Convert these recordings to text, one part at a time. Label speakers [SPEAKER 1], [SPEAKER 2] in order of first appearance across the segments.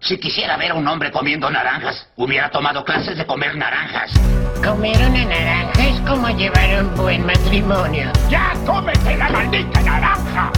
[SPEAKER 1] Si quisiera ver a un hombre comiendo naranjas, hubiera tomado clases de comer naranjas.
[SPEAKER 2] Comer una naranja es como llevar un buen matrimonio.
[SPEAKER 3] ¡Ya cómete la maldita naranja!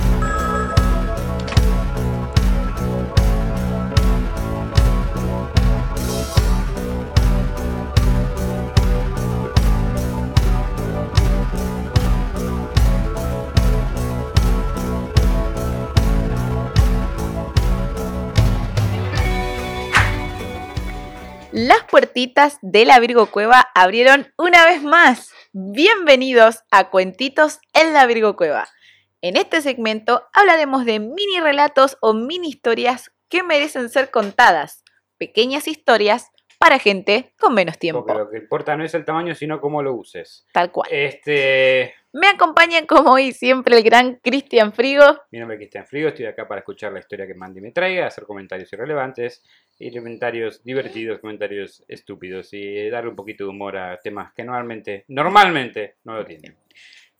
[SPEAKER 4] Las puertitas de la Virgo Cueva abrieron una vez más. Bienvenidos a Cuentitos en la Virgo Cueva. En este segmento hablaremos de mini relatos o mini historias que merecen ser contadas. Pequeñas historias para gente con menos
[SPEAKER 5] Porque
[SPEAKER 4] tiempo.
[SPEAKER 5] lo que importa no es el tamaño, sino cómo lo uses.
[SPEAKER 4] Tal cual.
[SPEAKER 5] Este.
[SPEAKER 4] Me acompaña como hoy siempre el gran Cristian Frigo.
[SPEAKER 5] Mi nombre es Cristian Frigo, estoy acá para escuchar la historia que Mandy me traiga, hacer comentarios irrelevantes y comentarios divertidos, comentarios estúpidos y eh, darle un poquito de humor a temas que normalmente, normalmente no lo tienen.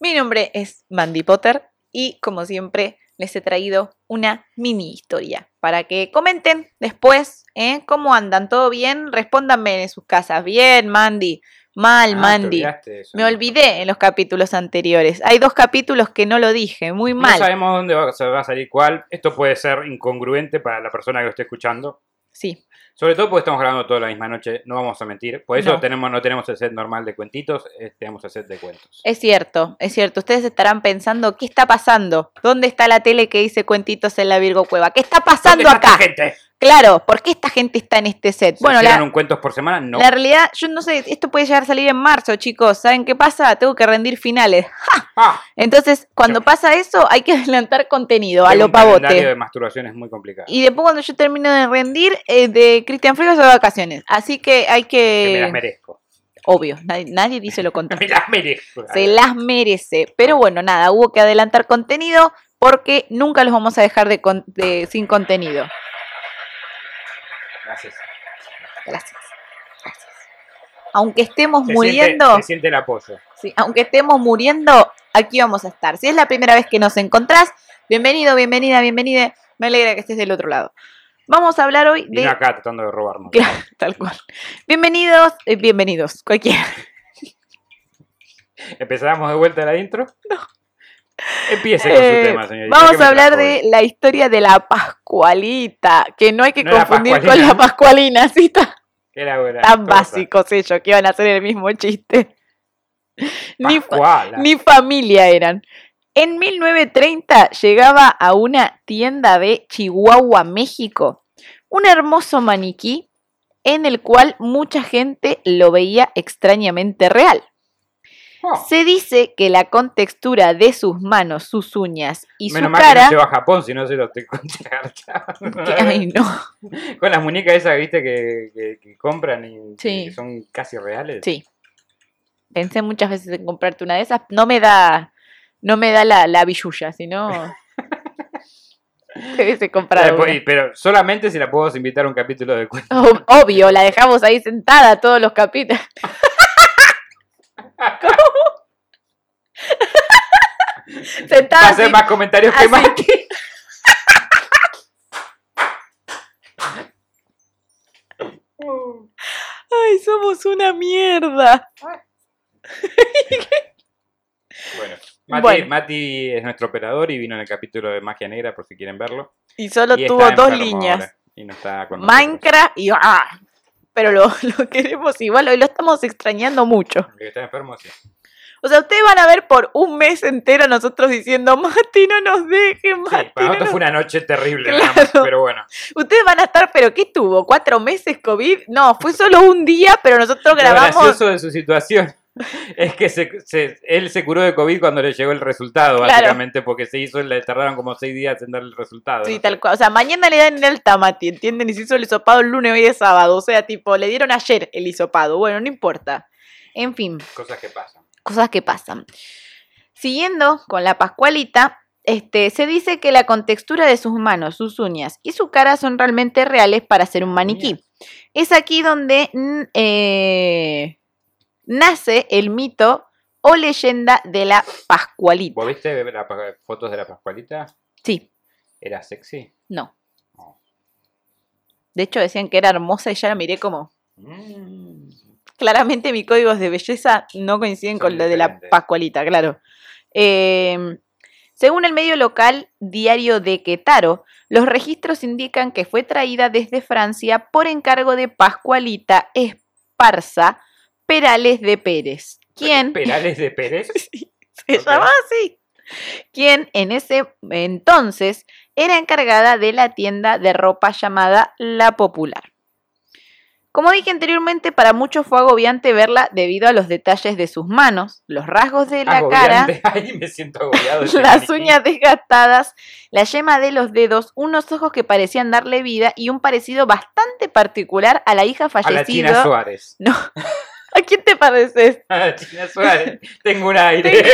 [SPEAKER 4] Mi nombre es Mandy Potter y como siempre les he traído una mini historia para que comenten después ¿eh? cómo andan, todo bien, respóndanme en sus casas, bien Mandy, mal
[SPEAKER 5] Ah, te
[SPEAKER 4] Mandy.
[SPEAKER 5] olvidaste de eso.
[SPEAKER 4] Me olvidé en los capítulos anteriores. Hay dos capítulos que no lo dije, muy
[SPEAKER 5] No
[SPEAKER 4] mal.
[SPEAKER 5] sabemos dónde va, se va a salir cuál. Esto puede ser incongruente para la persona que lo esté escuchando.
[SPEAKER 4] Sí,
[SPEAKER 5] Sobre todo porque estamos grabando toda la misma noche, no vamos a mentir. Por eso
[SPEAKER 4] No.
[SPEAKER 5] tenemos, no tenemos el set normal de cuentitos, eh, tenemos el set de cuentos.
[SPEAKER 4] es cierto, es cierto. Ustedes estarán pensando, ¿qué está pasando? ¿Dónde está la tele que dice cuentitos en la Virgo Cueva? ¿Qué está
[SPEAKER 5] ¿Dónde
[SPEAKER 4] pasando
[SPEAKER 5] está esta
[SPEAKER 4] acá?
[SPEAKER 5] gente?
[SPEAKER 4] Claro, ¿por qué esta gente está en este set?
[SPEAKER 5] Bueno,
[SPEAKER 4] Bueno, la,
[SPEAKER 5] un cuentos por semana? No.
[SPEAKER 4] La realidad, yo no sé, esto puede llegar a salir en marzo, chicos. ¿Saben qué pasa? Tengo que rendir finales.
[SPEAKER 5] Ah,
[SPEAKER 4] Entonces, cuando
[SPEAKER 5] Yo-
[SPEAKER 4] pasa eso, hay que adelantar contenido a
[SPEAKER 5] tengo
[SPEAKER 4] lo
[SPEAKER 5] un calendario
[SPEAKER 4] pavote.
[SPEAKER 5] de masturbación es muy complicado.
[SPEAKER 4] Y después cuando yo termino de rendir, eh, de Cristian Frigo se va de vacaciones. Así que hay
[SPEAKER 5] Que me las
[SPEAKER 4] que...
[SPEAKER 5] merezco.
[SPEAKER 4] Obvio, nadie, nadie dice lo contrario.
[SPEAKER 5] Me las merezco.
[SPEAKER 4] se las merece. Pero bueno, nada, hubo que adelantar contenido porque nunca los vamos a dejar de con- de- sin contenido.
[SPEAKER 5] Gracias.
[SPEAKER 4] Gracias. Gracias. Aunque estemos
[SPEAKER 5] Se
[SPEAKER 4] muriendo...
[SPEAKER 5] Siente, se siente el apoyo.
[SPEAKER 4] Sí, aunque estemos muriendo, aquí vamos a estar. Si es la primera vez que nos encontrás, bienvenido, bienvenida, bienvenida. Me alegra que estés del otro lado. Vamos a hablar hoy
[SPEAKER 5] Vino
[SPEAKER 4] de...
[SPEAKER 5] acá tratando de robarnos.
[SPEAKER 4] Claro, tal cual. Bienvenidos, eh, bienvenidos,
[SPEAKER 5] Eh,
[SPEAKER 4] cualquiera.
[SPEAKER 5] ¿Empezamos de vuelta la intro? No. Empiece con
[SPEAKER 4] Eh,
[SPEAKER 5] su tema, señorita. que
[SPEAKER 4] vamos
[SPEAKER 5] me
[SPEAKER 4] a hablar
[SPEAKER 5] trajo
[SPEAKER 4] de
[SPEAKER 5] hoy.
[SPEAKER 4] la historia de la Pascualita, que no hay que
[SPEAKER 5] No la
[SPEAKER 4] confundir con
[SPEAKER 5] Pascualina.
[SPEAKER 4] la Pascualina, sí, está
[SPEAKER 5] Era una
[SPEAKER 4] tan
[SPEAKER 5] cosa.
[SPEAKER 4] básicos ellos que iban a hacer el mismo chiste. Ni fa-
[SPEAKER 5] Pascuala.
[SPEAKER 4] ni familia eran. En 1930 llegaba a una tienda de Chihuahua, México, un hermoso maniquí en el cual mucha gente lo veía extrañamente real.
[SPEAKER 5] Oh,
[SPEAKER 4] Se dice que la contextura de sus manos, sus uñas y
[SPEAKER 5] Menos
[SPEAKER 4] su
[SPEAKER 5] mal
[SPEAKER 4] cara...
[SPEAKER 5] que no se va a Japón, si no se lo te contrata.
[SPEAKER 4] Ay, no.
[SPEAKER 5] Con las muñecas esas, viste, que, que- que compran y
[SPEAKER 4] Sí.
[SPEAKER 5] que son casi reales.
[SPEAKER 4] Sí. Pensé muchas veces en comprarte una de esas. No me da, no me da la, la billulla, sino... Te hubiese comprado
[SPEAKER 5] Pero,
[SPEAKER 4] una.
[SPEAKER 5] pero solamente si la podemos invitar a un capítulo de cuentos.
[SPEAKER 4] Ob- Obvio, la dejamos ahí sentada todos los capítulos. ¿Cómo?
[SPEAKER 5] Va a
[SPEAKER 4] sentada
[SPEAKER 5] hacer
[SPEAKER 4] así,
[SPEAKER 5] más comentarios que este
[SPEAKER 4] así.
[SPEAKER 5] más.
[SPEAKER 4] Ay, somos una mierda.
[SPEAKER 5] Bueno, Mati,
[SPEAKER 4] Bueno.
[SPEAKER 5] Mati es nuestro operador y vino en el capítulo de Magia Negra, por si quieren verlo.
[SPEAKER 4] Y solo
[SPEAKER 5] Y
[SPEAKER 4] tuvo
[SPEAKER 5] está
[SPEAKER 4] dos
[SPEAKER 5] enfermo
[SPEAKER 4] líneas.
[SPEAKER 5] ahora y no está con nosotros.
[SPEAKER 4] Minecraft y ¡ah! Pero lo, lo queremos igual, hoy lo estamos extrañando mucho.
[SPEAKER 5] Porque está enfermo, sí.
[SPEAKER 4] O sea, ustedes van a ver por un mes entero nosotros diciendo, Mati, no nos dejen,
[SPEAKER 5] Sí,
[SPEAKER 4] Mati.
[SPEAKER 5] para
[SPEAKER 4] no
[SPEAKER 5] nosotros
[SPEAKER 4] nos
[SPEAKER 5] fue una noche terrible, nada más,
[SPEAKER 4] Claro.
[SPEAKER 5] pero bueno.
[SPEAKER 4] Ustedes van a estar, pero ¿qué tuvo? ¿Cuatro meses COVID? No, fue solo un día, pero nosotros
[SPEAKER 5] Lo
[SPEAKER 4] grabamos.
[SPEAKER 5] gracioso de su situación es que se- se- él se curó de COVID cuando le llegó el resultado,
[SPEAKER 4] Claro.
[SPEAKER 5] básicamente, porque se hizo, le tardaron como seis días en darle el resultado.
[SPEAKER 4] Sí,
[SPEAKER 5] ¿no?
[SPEAKER 4] tal cual. O sea, mañana le dan el alta, Mati, ¿entienden? Y se hizo el hisopado el lunes, hoy es sábado. O sea, tipo, le dieron ayer el hisopado. Bueno, no importa. En fin,
[SPEAKER 5] Cosas que pasan.
[SPEAKER 4] cosas que pasan. Siguiendo con la Pascualita, este, se dice que la contextura de sus manos, sus uñas y su cara son realmente reales para ser un maniquí. Es aquí donde mm, eh, nace el mito o leyenda de la Pascualita.
[SPEAKER 5] ¿Vos viste la pa- fotos de la Pascualita?
[SPEAKER 4] Sí,
[SPEAKER 5] ¿Era sexy?
[SPEAKER 4] no. De hecho, decían que era hermosa y ya la miré como.
[SPEAKER 5] Mm,
[SPEAKER 4] Claramente mis códigos de belleza no coinciden
[SPEAKER 5] Son
[SPEAKER 4] con los de la
[SPEAKER 5] diferentes.
[SPEAKER 4] Pascualita, claro. Eh, según el medio local Diario de Quetaro, los registros indican que fue traída desde Francia por encargo de Pascualita Esparza Perales de Pérez, quien
[SPEAKER 5] Perales de Pérez.
[SPEAKER 4] se
[SPEAKER 5] Ok.
[SPEAKER 4] llamaba así. Quien en ese entonces era encargada de la tienda de ropa llamada La Popular. Como dije anteriormente, para muchos fue agobiante verla debido a los detalles de sus manos, los rasgos de la cara,
[SPEAKER 5] Agobiante. Ay, me siento agobiado. este
[SPEAKER 4] las uñas desgastadas, la yema de los dedos, unos ojos que parecían darle vida y un parecido bastante particular a la hija
[SPEAKER 5] A la China
[SPEAKER 4] fallecida.
[SPEAKER 5] Suárez.
[SPEAKER 4] No. ¿A quién te pareces?
[SPEAKER 5] A la China Suárez. Tengo un aire.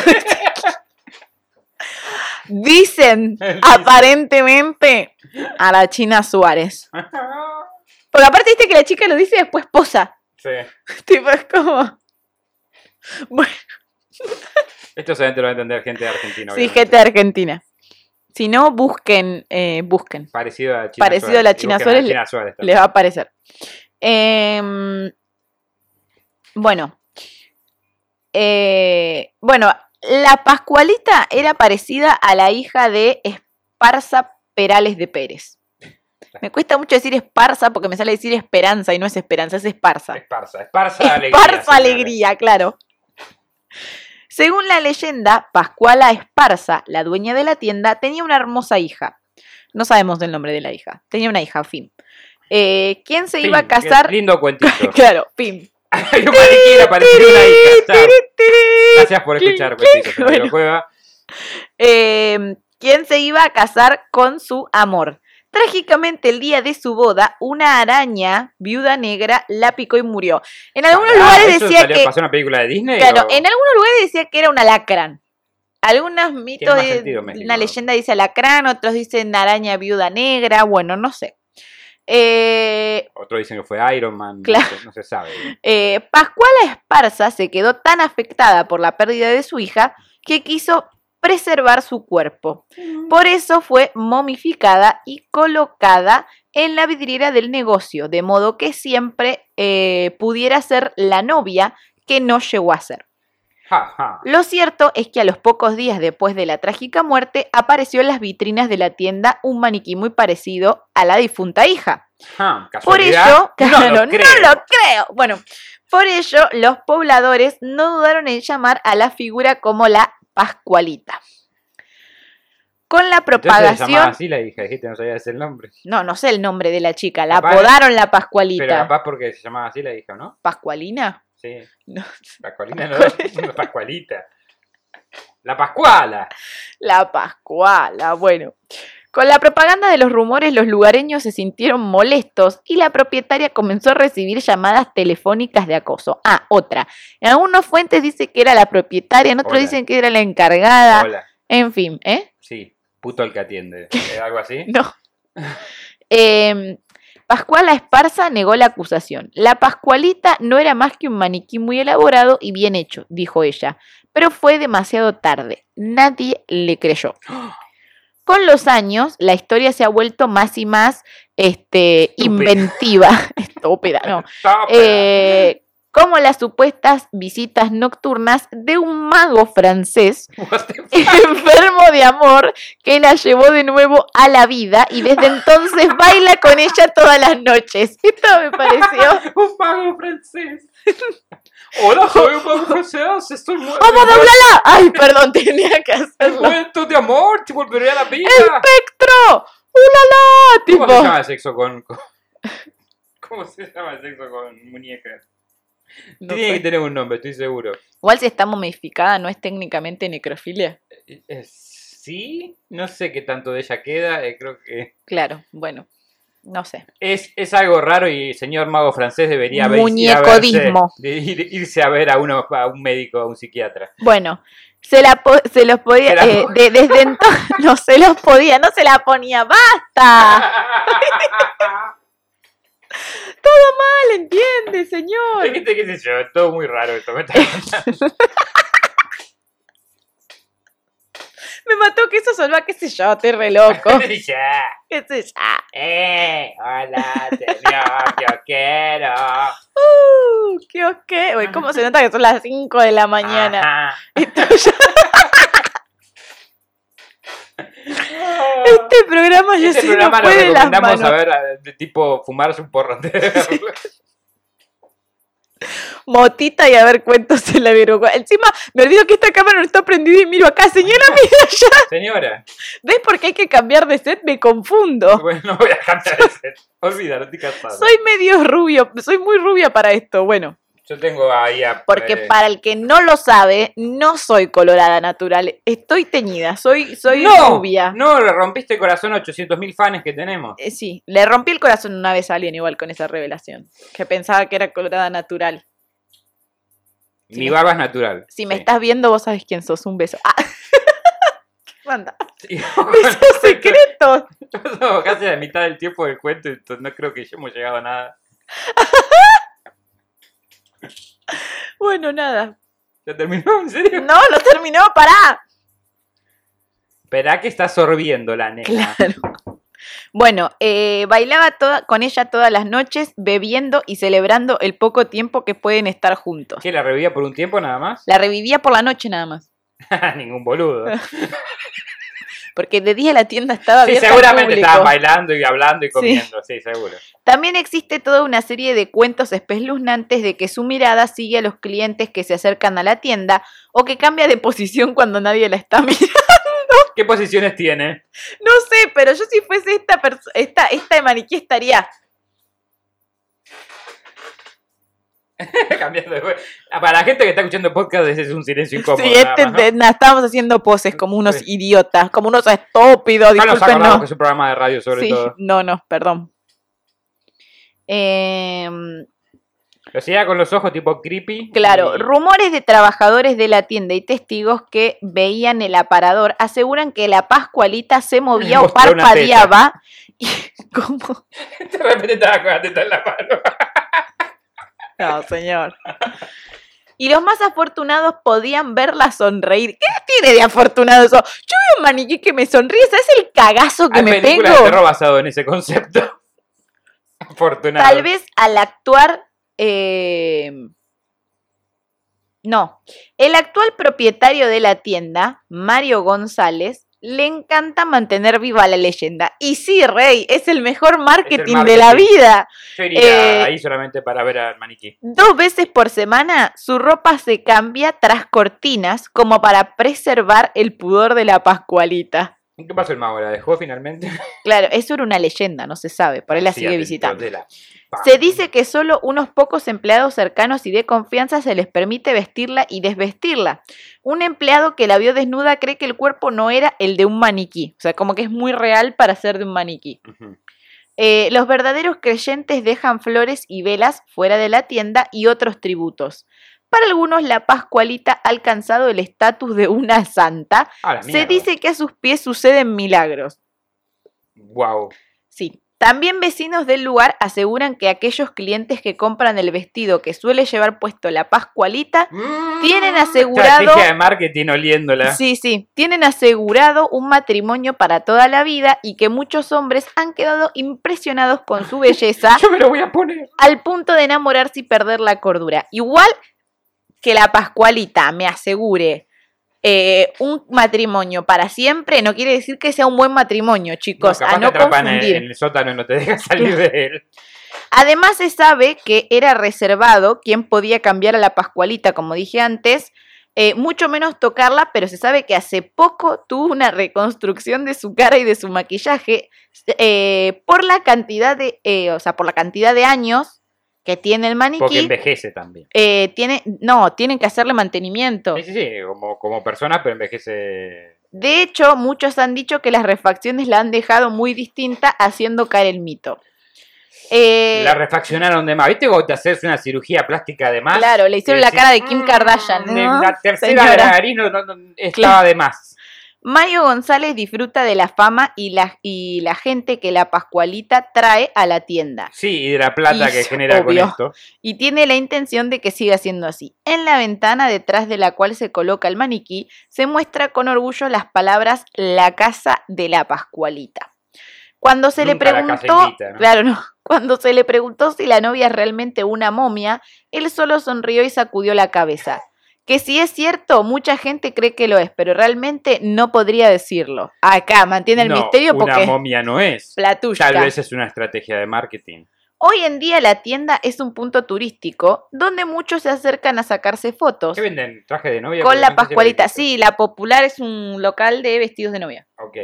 [SPEAKER 4] Dicen, aparentemente, a la China Suárez. Porque aparte viste que la chica lo dice y después posa.
[SPEAKER 5] Sí.
[SPEAKER 4] Tipo, es como... Bueno,
[SPEAKER 5] Esto solamente lo va a entender gente de Argentina.
[SPEAKER 4] sí,
[SPEAKER 5] obviamente.
[SPEAKER 4] gente de Argentina. Si no, busquen, eh, busquen.
[SPEAKER 5] Parecido a la China
[SPEAKER 4] Parecido
[SPEAKER 5] Suárez.
[SPEAKER 4] a la
[SPEAKER 5] Y
[SPEAKER 4] China
[SPEAKER 5] busquen a
[SPEAKER 4] Suárez,
[SPEAKER 5] China Suárez también.
[SPEAKER 4] Les va a aparecer. Em, bueno. Eh, bueno, la Pascualita era parecida a la hija de Esparza Perales de Pérez. Me cuesta mucho decir Esparza porque me sale decir Esperanza y no es Esperanza, es Esparza.
[SPEAKER 5] Esparza. Esparza alegría.
[SPEAKER 4] Esparza
[SPEAKER 5] señores.
[SPEAKER 4] alegría, claro. Según la leyenda, Pascuala Esparza, la dueña de la tienda, tenía una hermosa hija. No sabemos el nombre de la hija. Tenía una hija, Fim. Eh, ¿Quién se
[SPEAKER 5] Fin,
[SPEAKER 4] iba a
[SPEAKER 5] qué
[SPEAKER 4] casar?
[SPEAKER 5] Lindo cuentito.
[SPEAKER 4] claro, Fim.
[SPEAKER 5] Hay un maniquí apareció una hija. Chao. Gracias por
[SPEAKER 4] Clin,
[SPEAKER 5] escuchar,
[SPEAKER 4] clin.
[SPEAKER 5] cuentitos. Bueno.
[SPEAKER 4] Bueno.
[SPEAKER 5] Cueva.
[SPEAKER 4] Eh, ¿Quién se iba a casar con su amor? Trágicamente, el día de su boda, una araña, viuda negra, la picó y murió. En algunos
[SPEAKER 5] Pará,
[SPEAKER 4] lugares
[SPEAKER 5] Ah, ¿eso
[SPEAKER 4] decía
[SPEAKER 5] salió-
[SPEAKER 4] que.
[SPEAKER 5] ¿Pasó una película de Disney?
[SPEAKER 4] Claro,
[SPEAKER 5] o-
[SPEAKER 4] en algunos lugares decía que era un alacrán. Algunos mitos
[SPEAKER 5] más
[SPEAKER 4] de
[SPEAKER 5] sentido, México,
[SPEAKER 4] una
[SPEAKER 5] ¿no?
[SPEAKER 4] leyenda dice alacrán, otros dicen araña viuda negra, bueno, no sé. Eh,
[SPEAKER 5] Otros dicen que fue Iron Man. no
[SPEAKER 4] Claro.
[SPEAKER 5] sé, No, se sabe.
[SPEAKER 4] eh, Pascuala Esparza se quedó tan afectada por la pérdida de su hija que quiso preservar su cuerpo. Por eso fue momificada y colocada en la vidriera del negocio, de modo que siempre eh, pudiera ser la novia que no llegó a ser.
[SPEAKER 5] Ja, ja.
[SPEAKER 4] Lo cierto es que a los pocos días después de la trágica muerte apareció en las vitrinas de la tienda un maniquí muy parecido a la difunta hija.
[SPEAKER 5] Ja,
[SPEAKER 4] Por
[SPEAKER 5] ¿casualidad?
[SPEAKER 4] ello, claro, no lo,
[SPEAKER 5] creo.
[SPEAKER 4] creo. Bueno, por ello los pobladores no dudaron en llamar a la figura como la Pascualita. Con la
[SPEAKER 5] Entonces se llamaba
[SPEAKER 4] propagación,
[SPEAKER 5] así la hija, dijiste, no sabías el nombre.
[SPEAKER 4] no, no sé el nombre de la chica, la
[SPEAKER 5] Capaz-
[SPEAKER 4] apodaron la
[SPEAKER 5] Pero
[SPEAKER 4] Pascualita.
[SPEAKER 5] capaz porque se llamaba así la hija, ¿no?
[SPEAKER 4] Pascualina.
[SPEAKER 5] Sí.
[SPEAKER 4] No.
[SPEAKER 5] Pascualina, no. Pascualita. La Pascuala.
[SPEAKER 4] La Pascuala, bueno. Con la propaganda de los rumores, los lugareños se sintieron molestos y la propietaria comenzó a recibir llamadas telefónicas de acoso. Ah, otra. En algunas fuentes dice que era la propietaria, en otros
[SPEAKER 5] Hola.
[SPEAKER 4] dicen que era la encargada.
[SPEAKER 5] Hola.
[SPEAKER 4] En fin, ¿eh?
[SPEAKER 5] Sí. Puto el que atiende. ¿Eh, ¿Algo así?
[SPEAKER 4] No. Em, Pascuala Esparza negó la acusación. La Pascualita no era más que un maniquí muy elaborado y bien hecho, dijo ella. Pero fue demasiado tarde. Nadie le creyó. Con los años, la historia se ha vuelto más y más este,
[SPEAKER 5] Estúpida.
[SPEAKER 4] inventiva. Estúpida, no.
[SPEAKER 5] Topa.
[SPEAKER 4] Eh, como las supuestas visitas nocturnas de un mago francés
[SPEAKER 5] What the fuck?
[SPEAKER 4] enfermo de amor que la llevó de nuevo a la vida y desde entonces baila con ella todas las noches. Esto me pareció
[SPEAKER 5] Un mago francés. Hola, soy un mago francés. Estoy muy.
[SPEAKER 4] ¡Vamos a doblarla! Ay, perdón, tenía que hacerlo.
[SPEAKER 5] Cuento de amor, te volveré a la vida.
[SPEAKER 4] ¡Espectro! ¡Ulala!
[SPEAKER 5] ¿Cómo se
[SPEAKER 4] Tipo.
[SPEAKER 5] llama el sexo con, con- ¿Cómo se llama el sexo con muñecas?
[SPEAKER 4] No
[SPEAKER 5] Tiene que
[SPEAKER 4] sé.
[SPEAKER 5] tener un nombre, estoy seguro.
[SPEAKER 4] Igual si está momificada, no es técnicamente necrofilia.
[SPEAKER 5] Eh, eh, ¿Sí? No sé qué tanto de ella queda, eh, creo que...
[SPEAKER 4] Claro, bueno. No sé.
[SPEAKER 5] Es, es algo raro y señor mago francés debería haber
[SPEAKER 4] Muñecodismo.
[SPEAKER 5] de ir- irse a ver a, uno, a un médico, a un psiquiatra.
[SPEAKER 4] Bueno, se la po- se los podía.
[SPEAKER 5] Se la
[SPEAKER 4] eh,
[SPEAKER 5] po-
[SPEAKER 4] de- desde entonces. No se los podía, no se la ponía. ¡Basta!
[SPEAKER 5] Ah.
[SPEAKER 4] Todo mal, entiende, señor.
[SPEAKER 5] Fíjate qué sé yo, es todo muy raro esto. me está-
[SPEAKER 4] Me mató que eso sonó a qué sé yo, estoy re loco.
[SPEAKER 5] Ya.
[SPEAKER 4] qué sé yo.
[SPEAKER 5] ¡Eh! ¡Hola, señor! ¡Yo quiero!
[SPEAKER 4] Uh, qué ok. Uy, ¿Cómo se nota que son las 5 de la mañana?
[SPEAKER 5] Ajá.
[SPEAKER 4] Esto ya- este programa yo
[SPEAKER 5] Este
[SPEAKER 4] sí no
[SPEAKER 5] programa lo
[SPEAKER 4] fue de las
[SPEAKER 5] recomendamos
[SPEAKER 4] manos.
[SPEAKER 5] a ver, a- de tipo fumarse un porro antes de verlo.
[SPEAKER 4] Motita y a ver cuentos en la virgo. Encima, me olvido que esta cámara no está prendida y miro acá. Señora, mira allá.
[SPEAKER 5] Señora,
[SPEAKER 4] ¿Ves por qué hay que cambiar de set? Me confundo.
[SPEAKER 5] bueno, no voy a cantar ese. Olvídalo, estoy cansado.
[SPEAKER 4] Soy medio rubio, soy muy rubia para esto. Bueno,
[SPEAKER 5] Yo tengo ahí a.
[SPEAKER 4] porque
[SPEAKER 5] eh,
[SPEAKER 4] para el que no lo sabe, no soy colorada natural, estoy teñida, soy, soy
[SPEAKER 5] no,
[SPEAKER 4] rubia.
[SPEAKER 5] No, le rompiste el corazón a 800.000 fans que tenemos.
[SPEAKER 4] Eh, sí, le rompí el corazón una vez a alguien igual con esa revelación, que pensaba que era colorada natural. Si
[SPEAKER 5] Mi
[SPEAKER 4] me-
[SPEAKER 5] barba es natural.
[SPEAKER 4] Si me
[SPEAKER 5] Sí.
[SPEAKER 4] estás viendo, vos sabés quién sos, un beso. Ah. Manda.
[SPEAKER 5] Sí.
[SPEAKER 4] Besos secretos.
[SPEAKER 5] Pasamos casi la mitad del tiempo del cuento, entonces no creo que hayamos llegado a nada.
[SPEAKER 4] Bueno, nada.
[SPEAKER 5] ¿Ya terminó? ¿En serio?
[SPEAKER 4] No, no terminó, pará.
[SPEAKER 5] Esperá que está sorbiendo la nena.
[SPEAKER 4] Bueno, eh, bailaba toda, con ella todas las noches, bebiendo y celebrando el poco tiempo que pueden estar juntos.
[SPEAKER 5] ¿Que la revivía por un tiempo nada más?
[SPEAKER 4] La revivía por la noche nada más.
[SPEAKER 5] Ningún boludo.
[SPEAKER 4] Porque de día la tienda estaba
[SPEAKER 5] Sí,
[SPEAKER 4] abierta al
[SPEAKER 5] seguramente
[SPEAKER 4] público.
[SPEAKER 5] estaban bailando y hablando y
[SPEAKER 4] Sí.
[SPEAKER 5] comiendo, sí, seguro.
[SPEAKER 4] También existe toda una serie de cuentos espeluznantes de que su mirada sigue a los clientes que se acercan a la tienda o que cambia de posición cuando nadie la está mirando.
[SPEAKER 5] ¿Qué posiciones tiene?
[SPEAKER 4] No sé, pero yo si fuese esta persona, esta, esta maniquí estaría.
[SPEAKER 5] Cambiando de juego. Ah, Para la gente que está escuchando podcast, ese es un silencio incómodo.
[SPEAKER 4] Sí,
[SPEAKER 5] nada
[SPEAKER 4] este-
[SPEAKER 5] más, ¿no?
[SPEAKER 4] na- estábamos haciendo poses como unos
[SPEAKER 5] Sí.
[SPEAKER 4] idiotas, como unos estúpidos,
[SPEAKER 5] Ya nos acordamos
[SPEAKER 4] discúlpenos.
[SPEAKER 5] que es un programa de radio sobre
[SPEAKER 4] Sí,
[SPEAKER 5] todo.
[SPEAKER 4] no, no, perdón. Eh,
[SPEAKER 5] Lo hacía con los ojos tipo creepy.
[SPEAKER 4] claro,
[SPEAKER 5] y-
[SPEAKER 4] rumores de trabajadores de la tienda y testigos que veían el aparador aseguran que la Pascualita se movía o
[SPEAKER 5] Mostró una
[SPEAKER 4] parpadeaba. Y, ¿Cómo?
[SPEAKER 5] De repente estaba con la teta en la mano.
[SPEAKER 4] No, señor. Y los más afortunados podían verla sonreír. ¿Qué tiene de afortunado eso? Yo veo un maniquí que me sonríe, ¿sabes el cagazo que
[SPEAKER 5] Hay
[SPEAKER 4] me
[SPEAKER 5] películas
[SPEAKER 4] pego?
[SPEAKER 5] de terror basado en ese concepto. Afortunado.
[SPEAKER 4] Tal vez al actuar. eh, No. El actual propietario de la tienda, Mario González, le encanta mantener viva la leyenda. Y sí, Rey, es el mejor marketing de la
[SPEAKER 5] marketing.
[SPEAKER 4] vida.
[SPEAKER 5] Yo iría
[SPEAKER 4] eh,
[SPEAKER 5] ahí solamente para ver al maniquí.
[SPEAKER 4] Dos veces por semana su ropa se cambia tras cortinas como para preservar el pudor de la Pascualita.
[SPEAKER 5] ¿Qué pasó el mago? ¿La dejó finalmente?
[SPEAKER 4] Claro, eso era una leyenda, no se sabe, por él la
[SPEAKER 5] Sí,
[SPEAKER 4] sigue
[SPEAKER 5] atento
[SPEAKER 4] visitando.
[SPEAKER 5] de la- pa.
[SPEAKER 4] Se dice que solo unos pocos empleados cercanos y de confianza se les permite vestirla y desvestirla. Un empleado que la vio desnuda cree que el cuerpo no era el de un maniquí, o sea, como que es muy real para ser de un maniquí.
[SPEAKER 5] Ujú.
[SPEAKER 4] Eh, los verdaderos creyentes dejan flores y velas fuera de la tienda y otros tributos. Para algunos, la Pascualita ha alcanzado el estatus de una santa.
[SPEAKER 5] A Ah, la
[SPEAKER 4] Se
[SPEAKER 5] mierda.
[SPEAKER 4] dice que a sus pies suceden milagros.
[SPEAKER 5] Wow.
[SPEAKER 4] Sí. También vecinos del lugar aseguran que aquellos clientes que compran el vestido que suele llevar puesto la Pascualita,
[SPEAKER 5] Mm.
[SPEAKER 4] Tienen asegurado-
[SPEAKER 5] Estrategia de marketing oliéndola.
[SPEAKER 4] sí, sí, tienen asegurado un matrimonio para toda la vida y que muchos hombres han quedado impresionados con su belleza
[SPEAKER 5] Yo me lo voy a poner.
[SPEAKER 4] al punto de enamorarse y perder la cordura. Igual que la Pascualita me asegure eh, un matrimonio para siempre, no quiere decir que sea un buen matrimonio, chicos,
[SPEAKER 5] No,
[SPEAKER 4] a
[SPEAKER 5] capaz
[SPEAKER 4] no
[SPEAKER 5] te atrapan eh, en,
[SPEAKER 4] confundir.
[SPEAKER 5] en el sótano y no te dejan salir de él.
[SPEAKER 4] Además se sabe que era reservado quien podía cambiar a la Pascualita, como dije antes, eh, mucho menos tocarla, pero se sabe que hace poco tuvo una reconstrucción de su cara y de su maquillaje eh, por la cantidad de, eh, o sea, por la cantidad de años que tiene el
[SPEAKER 5] Porque
[SPEAKER 4] maniquí.
[SPEAKER 5] envejece también.
[SPEAKER 4] eh, tiene, no, tienen que hacerle mantenimiento.
[SPEAKER 5] Sí, sí, sí, como, como persona, pero envejece.
[SPEAKER 4] De hecho, muchos han dicho que las refacciones la han dejado muy distinta, haciendo caer el mito. Eh,
[SPEAKER 5] La refaccionaron de más. ¿Viste cuando te haces una cirugía plástica de más?
[SPEAKER 4] Claro, le hicieron la
[SPEAKER 5] decís,
[SPEAKER 4] cara de Kim
[SPEAKER 5] "Mm,
[SPEAKER 4] Kardashian.
[SPEAKER 5] Ah, de
[SPEAKER 4] ¿no,
[SPEAKER 5] la tercera de
[SPEAKER 4] señora?".
[SPEAKER 5] la nariz no- no- no- estaba de más.
[SPEAKER 4] Mario González disfruta de la fama y la, y la gente que la Pascualita trae a la tienda.
[SPEAKER 5] Sí, y de la plata
[SPEAKER 4] Y
[SPEAKER 5] que
[SPEAKER 4] sí,
[SPEAKER 5] genera con
[SPEAKER 4] obvio.
[SPEAKER 5] esto.
[SPEAKER 4] y tiene la intención de que siga siendo así. En la ventana detrás de la cual se coloca el maniquí, se muestra con orgullo las palabras la casa de la Pascualita. Cuando se
[SPEAKER 5] Nunca la
[SPEAKER 4] le
[SPEAKER 5] casa
[SPEAKER 4] preguntó,
[SPEAKER 5] invita, ¿no?
[SPEAKER 4] claro, no. Cuando se le preguntó si la novia es realmente una momia, él solo sonrió y sacudió la cabeza. Que si es cierto, mucha gente cree que lo es, pero realmente no podría decirlo. Acá mantiene el
[SPEAKER 5] No,
[SPEAKER 4] misterio
[SPEAKER 5] una
[SPEAKER 4] porque
[SPEAKER 5] momia no es.
[SPEAKER 4] Platushka.
[SPEAKER 5] Tal vez es una estrategia de marketing.
[SPEAKER 4] Hoy en día la tienda es un punto turístico donde muchos se acercan a sacarse fotos
[SPEAKER 5] ¿Qué venden? ¿Traje de novia?
[SPEAKER 4] con
[SPEAKER 5] Porque
[SPEAKER 4] la
[SPEAKER 5] no sé si lo
[SPEAKER 4] Pascualita.
[SPEAKER 5] dijiste.
[SPEAKER 4] Sí, la popular es un local de vestidos de novia.
[SPEAKER 5] Ok.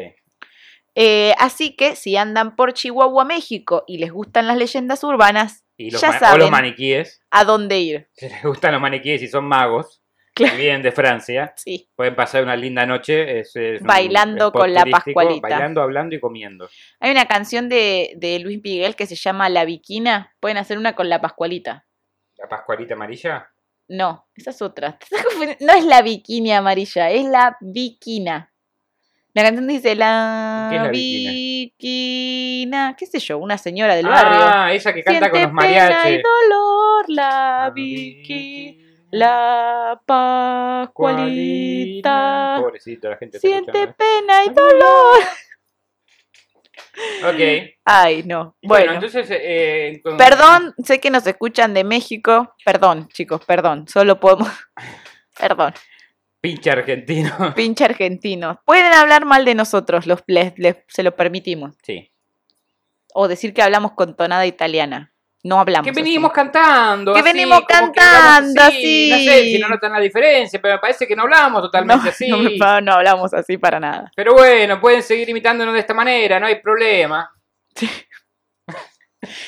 [SPEAKER 4] Eh, así que si andan por Chihuahua, México y les gustan las leyendas urbanas,
[SPEAKER 5] Y los
[SPEAKER 4] Ya
[SPEAKER 5] ma- O
[SPEAKER 4] saben.
[SPEAKER 5] los maniquíes.
[SPEAKER 4] ¿a dónde ir?
[SPEAKER 5] Si les gustan los maniquíes y son magos,
[SPEAKER 4] Claro.
[SPEAKER 5] que vienen de Francia,
[SPEAKER 4] Sí.
[SPEAKER 5] pueden pasar una linda noche. es- es un
[SPEAKER 4] Bailando
[SPEAKER 5] spot
[SPEAKER 4] con la
[SPEAKER 5] turístico,
[SPEAKER 4] Pascualita.
[SPEAKER 5] Bailando, hablando y comiendo.
[SPEAKER 4] Hay una canción de, de Luis Miguel que se llama La Viquina. Pueden hacer una con la Pascualita.
[SPEAKER 5] ¿La Pascualita amarilla?
[SPEAKER 4] No, esa es otra. Te estás confundiendo. No es la bikini amarilla, es la biquina. La canción dice la,
[SPEAKER 5] ¿Qué es la
[SPEAKER 4] biquina, qué sé yo, una señora del barrio.
[SPEAKER 5] Ah, esa que canta con los
[SPEAKER 4] pena y
[SPEAKER 5] mariachis. Ah,
[SPEAKER 4] dolor la biquina, la pascualita.
[SPEAKER 5] Pobrecito, la gente está
[SPEAKER 4] Siente
[SPEAKER 5] escuchando.
[SPEAKER 4] pena y dolor.
[SPEAKER 5] ¿eh? Ok.
[SPEAKER 4] Ay, no.
[SPEAKER 5] Bueno,
[SPEAKER 4] Bueno,
[SPEAKER 5] entonces... eh, entonces-
[SPEAKER 4] perdón, sé que nos escuchan de México. Perdón, chicos, perdón. Solo podemos. Perdón.
[SPEAKER 5] Pinche argentino.
[SPEAKER 4] Pinche argentinos. Pueden hablar mal de nosotros, los les, les- se lo permitimos.
[SPEAKER 5] Sí.
[SPEAKER 4] O decir que hablamos con tonada italiana. No hablamos.
[SPEAKER 5] Que
[SPEAKER 4] así.
[SPEAKER 5] venimos cantando.
[SPEAKER 4] Que
[SPEAKER 5] así,
[SPEAKER 4] venimos
[SPEAKER 5] como que hablamos
[SPEAKER 4] cantando,
[SPEAKER 5] así. No sé si
[SPEAKER 4] así.
[SPEAKER 5] no notan la diferencia, pero me parece que no hablamos totalmente
[SPEAKER 4] No,
[SPEAKER 5] así.
[SPEAKER 4] no, me- no, no hablamos así para nada.
[SPEAKER 5] Pero bueno, pueden seguir imitándonos de esta manera, no hay problema.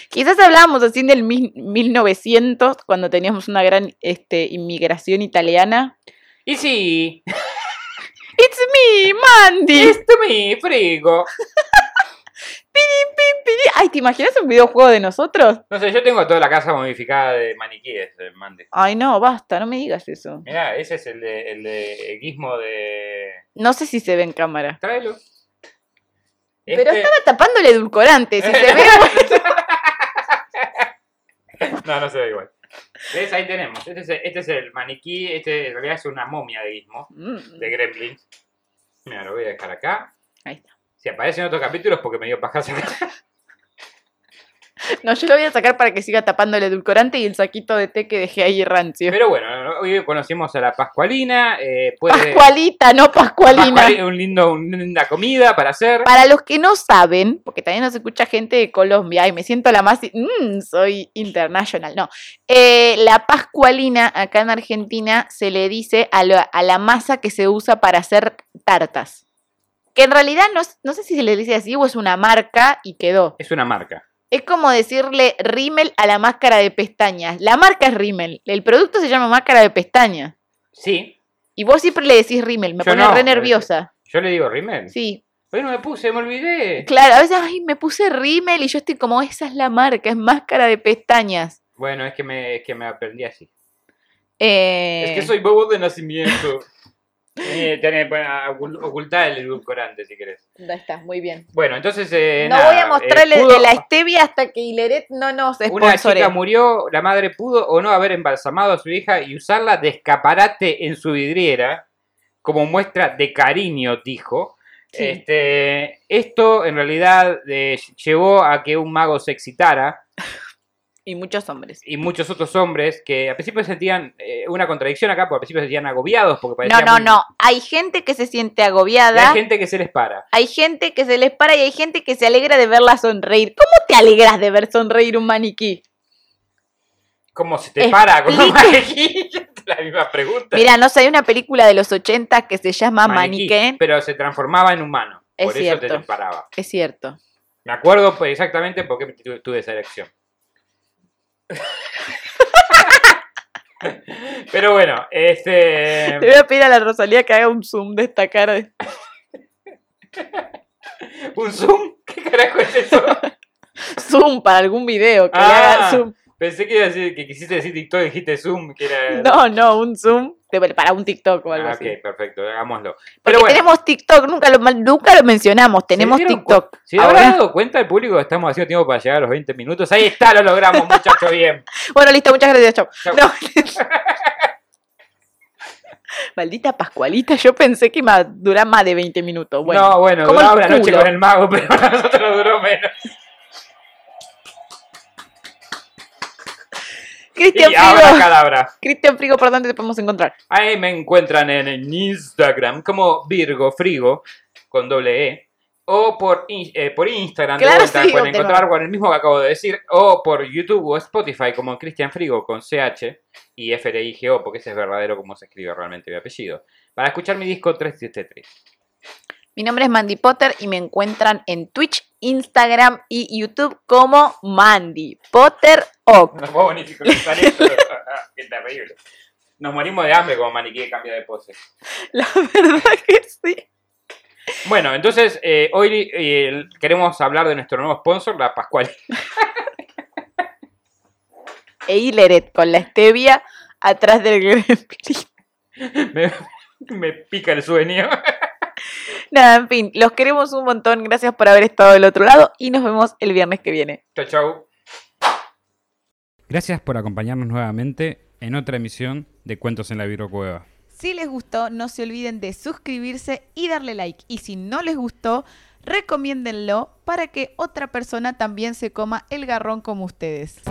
[SPEAKER 4] Quizás hablamos así en el mil- 1900, cuando teníamos una gran este, inmigración italiana.
[SPEAKER 5] Y sí,
[SPEAKER 4] ¡It's me, Mandy!
[SPEAKER 5] esto me frigo.
[SPEAKER 4] Ay, ¿te imaginas un videojuego de nosotros?
[SPEAKER 5] No sé, yo tengo toda la casa modificada de maniquíes, eh, mande.
[SPEAKER 4] Ay, no, basta, no me digas eso.
[SPEAKER 5] Mirá, ese es el de, el de el guismo de.
[SPEAKER 4] No sé si se ve en cámara.
[SPEAKER 5] Tráelo.
[SPEAKER 4] Pero
[SPEAKER 5] Este-
[SPEAKER 4] estaba tapando el edulcorante. Si se ve, bueno.
[SPEAKER 5] No, no se ve igual. ¿Ves? Ahí tenemos. Este es, el- este es el maniquí, este en realidad es una momia de guismo,
[SPEAKER 4] Mm,
[SPEAKER 5] de Gremlins. Mira, lo voy a dejar acá.
[SPEAKER 4] Ahí está.
[SPEAKER 5] Si aparece en otros capítulos porque me dio paja sacar.
[SPEAKER 4] No, yo lo voy a sacar para que siga tapando el edulcorante y el saquito de té que dejé ahí rancio.
[SPEAKER 5] Pero eh, bueno, hoy conocimos a la Pascualina. eh, puede,
[SPEAKER 4] Pascualita, no Pascualina.
[SPEAKER 5] Pascuali- un lindo, una linda comida para hacer.
[SPEAKER 4] Para los que no saben, porque también nos escucha gente de Colombia y me siento la más... mm, soy international, no. Eh, la Pascualina acá en Argentina se le dice a la, a la masa que se usa para hacer tartas. Que en realidad no, es- no sé si se le dice así o es una marca y quedó.
[SPEAKER 5] Es una marca.
[SPEAKER 4] Es como decirle rímel a la máscara de pestañas. La marca es rímel. El producto se llama máscara de pestañas.
[SPEAKER 5] Sí.
[SPEAKER 4] Y vos siempre le decís rímel, me
[SPEAKER 5] Yo
[SPEAKER 4] pone
[SPEAKER 5] no,
[SPEAKER 4] re
[SPEAKER 5] pero-
[SPEAKER 4] nerviosa.
[SPEAKER 5] Yo le digo rímel.
[SPEAKER 4] Sí,
[SPEAKER 5] Hoy no me puse, me olvidé.
[SPEAKER 4] claro, a veces ay, me puse rímel y yo estoy como, esa es la marca, es máscara de pestañas.
[SPEAKER 5] Bueno, es que me, es que me aprendí así.
[SPEAKER 4] Eh,
[SPEAKER 5] Es que soy bobo de nacimiento. Eh, tenés, bueno, ocul- ocultá el edulcorante si querés.
[SPEAKER 4] Ahí está, muy bien.
[SPEAKER 5] Bueno, entonces. eh,
[SPEAKER 4] no
[SPEAKER 5] nada,
[SPEAKER 4] voy a
[SPEAKER 5] eh,
[SPEAKER 4] mostrarle
[SPEAKER 5] pudo-
[SPEAKER 4] de la stevia hasta que Hileret no nos
[SPEAKER 5] Una
[SPEAKER 4] sponsore.
[SPEAKER 5] chica murió, la madre pudo o no haber embalsamado a su hija y usarla de escaparate en su vidriera como muestra de cariño, dijo.
[SPEAKER 4] Sí.
[SPEAKER 5] Este, esto en realidad eh, llevó a que un mago se excitara
[SPEAKER 4] Y muchos hombres.
[SPEAKER 5] y muchos otros hombres que al principio sentían eh, una contradicción acá, porque al principio se sentían agobiados porque
[SPEAKER 4] No,
[SPEAKER 5] parecía
[SPEAKER 4] no,
[SPEAKER 5] Pues muy-
[SPEAKER 4] no. Hay gente que se siente
[SPEAKER 5] Y hay
[SPEAKER 4] agobiada,
[SPEAKER 5] gente que se les para.
[SPEAKER 4] hay gente que se les para y hay gente que se alegra de verla sonreír. ¿Cómo te alegras de ver sonreír un maniquí?
[SPEAKER 5] ¿Cómo se te para con un maniquí? La misma pregunta.
[SPEAKER 4] Mira, no sé, hay una película de los 80 que se llama
[SPEAKER 5] Maniquí,
[SPEAKER 4] Maniquén.
[SPEAKER 5] Pero se transformaba en humano.
[SPEAKER 4] Es
[SPEAKER 5] por eso
[SPEAKER 4] cierto.
[SPEAKER 5] te, te paraba.
[SPEAKER 4] Es cierto.
[SPEAKER 5] Me acuerdo pues, exactamente por qué tu- tuve esa elección. Pero bueno, este.
[SPEAKER 4] Te voy a pedir a la Rosalía que haga un zoom de esta cara. de-
[SPEAKER 5] ¿Un Zoom? ¿Qué carajo es eso?
[SPEAKER 4] Zoom para algún video, que le
[SPEAKER 5] Ah.
[SPEAKER 4] haga zoom.
[SPEAKER 5] Pensé que, iba a decir- que quisiste decir TikTok, dijiste Zoom, que era...
[SPEAKER 4] No, no, un Zoom de- para un TikTok o algo
[SPEAKER 5] Em. Ah,
[SPEAKER 4] así.
[SPEAKER 5] ok, perfecto, hagámoslo.
[SPEAKER 4] Porque
[SPEAKER 5] Pero bueno,
[SPEAKER 4] tenemos TikTok, nunca lo, nunca lo mencionamos, tenemos
[SPEAKER 5] dieron cu-
[SPEAKER 4] TikTok.
[SPEAKER 5] si habrá dado cuenta el público que estamos haciendo tiempo para llegar a los 20 minutos, ahí está, lo logramos, muchachos, bien.
[SPEAKER 4] Bueno, listo, muchas gracias, chao.
[SPEAKER 5] Chau.
[SPEAKER 4] No. Maldita Pascualita, yo pensé que iba a durar más de 20 minutos. Bueno,
[SPEAKER 5] no, bueno,
[SPEAKER 4] como el
[SPEAKER 5] duraba la noche
[SPEAKER 4] culo.
[SPEAKER 5] con el mago, pero a nosotros duró menos.
[SPEAKER 4] Cristian
[SPEAKER 5] Y ahora
[SPEAKER 4] Frigo,
[SPEAKER 5] cadabra.
[SPEAKER 4] Cristian Frigo, ¿por dónde te podemos encontrar?
[SPEAKER 5] Ahí me encuentran en el Instagram como Virgo Frigo con doble E. O por, in- eh, por Instagram de
[SPEAKER 4] Claro,
[SPEAKER 5] vuelta
[SPEAKER 4] sí,
[SPEAKER 5] pueden
[SPEAKER 4] de nuevo.
[SPEAKER 5] encontrar con el mismo que acabo de decir. O por YouTube o Spotify como Cristian Frigo con CH y FRIGO, porque ese es verdadero como se escribe realmente mi apellido. Para escuchar mi disco 373.
[SPEAKER 4] Mi nombre es Mandy Potter y me encuentran en Twitch, Instagram y YouTube como Mandy Potter Oc.
[SPEAKER 5] No puedo ni sincronizar esto. ah, Qué terrible. Nos morimos de hambre como maniquí que cambia de pose.
[SPEAKER 4] La verdad que sí.
[SPEAKER 5] Bueno, entonces eh, hoy eh, queremos hablar de nuestro nuevo sponsor, la Pascual.
[SPEAKER 4] E Hileret con la stevia atrás del gremlin.
[SPEAKER 5] me, me pica el sueño.
[SPEAKER 4] Nada, en fin, los queremos un montón. Gracias por haber estado del otro lado y nos vemos el viernes que viene.
[SPEAKER 5] Chau, chau. Gracias por acompañarnos nuevamente en otra emisión de Cuentos en la Virrocueva.
[SPEAKER 6] Si les gustó, no se olviden de suscribirse y darle like. Y si no les gustó, recomiéndenlo para que otra persona también se coma el garrón como ustedes.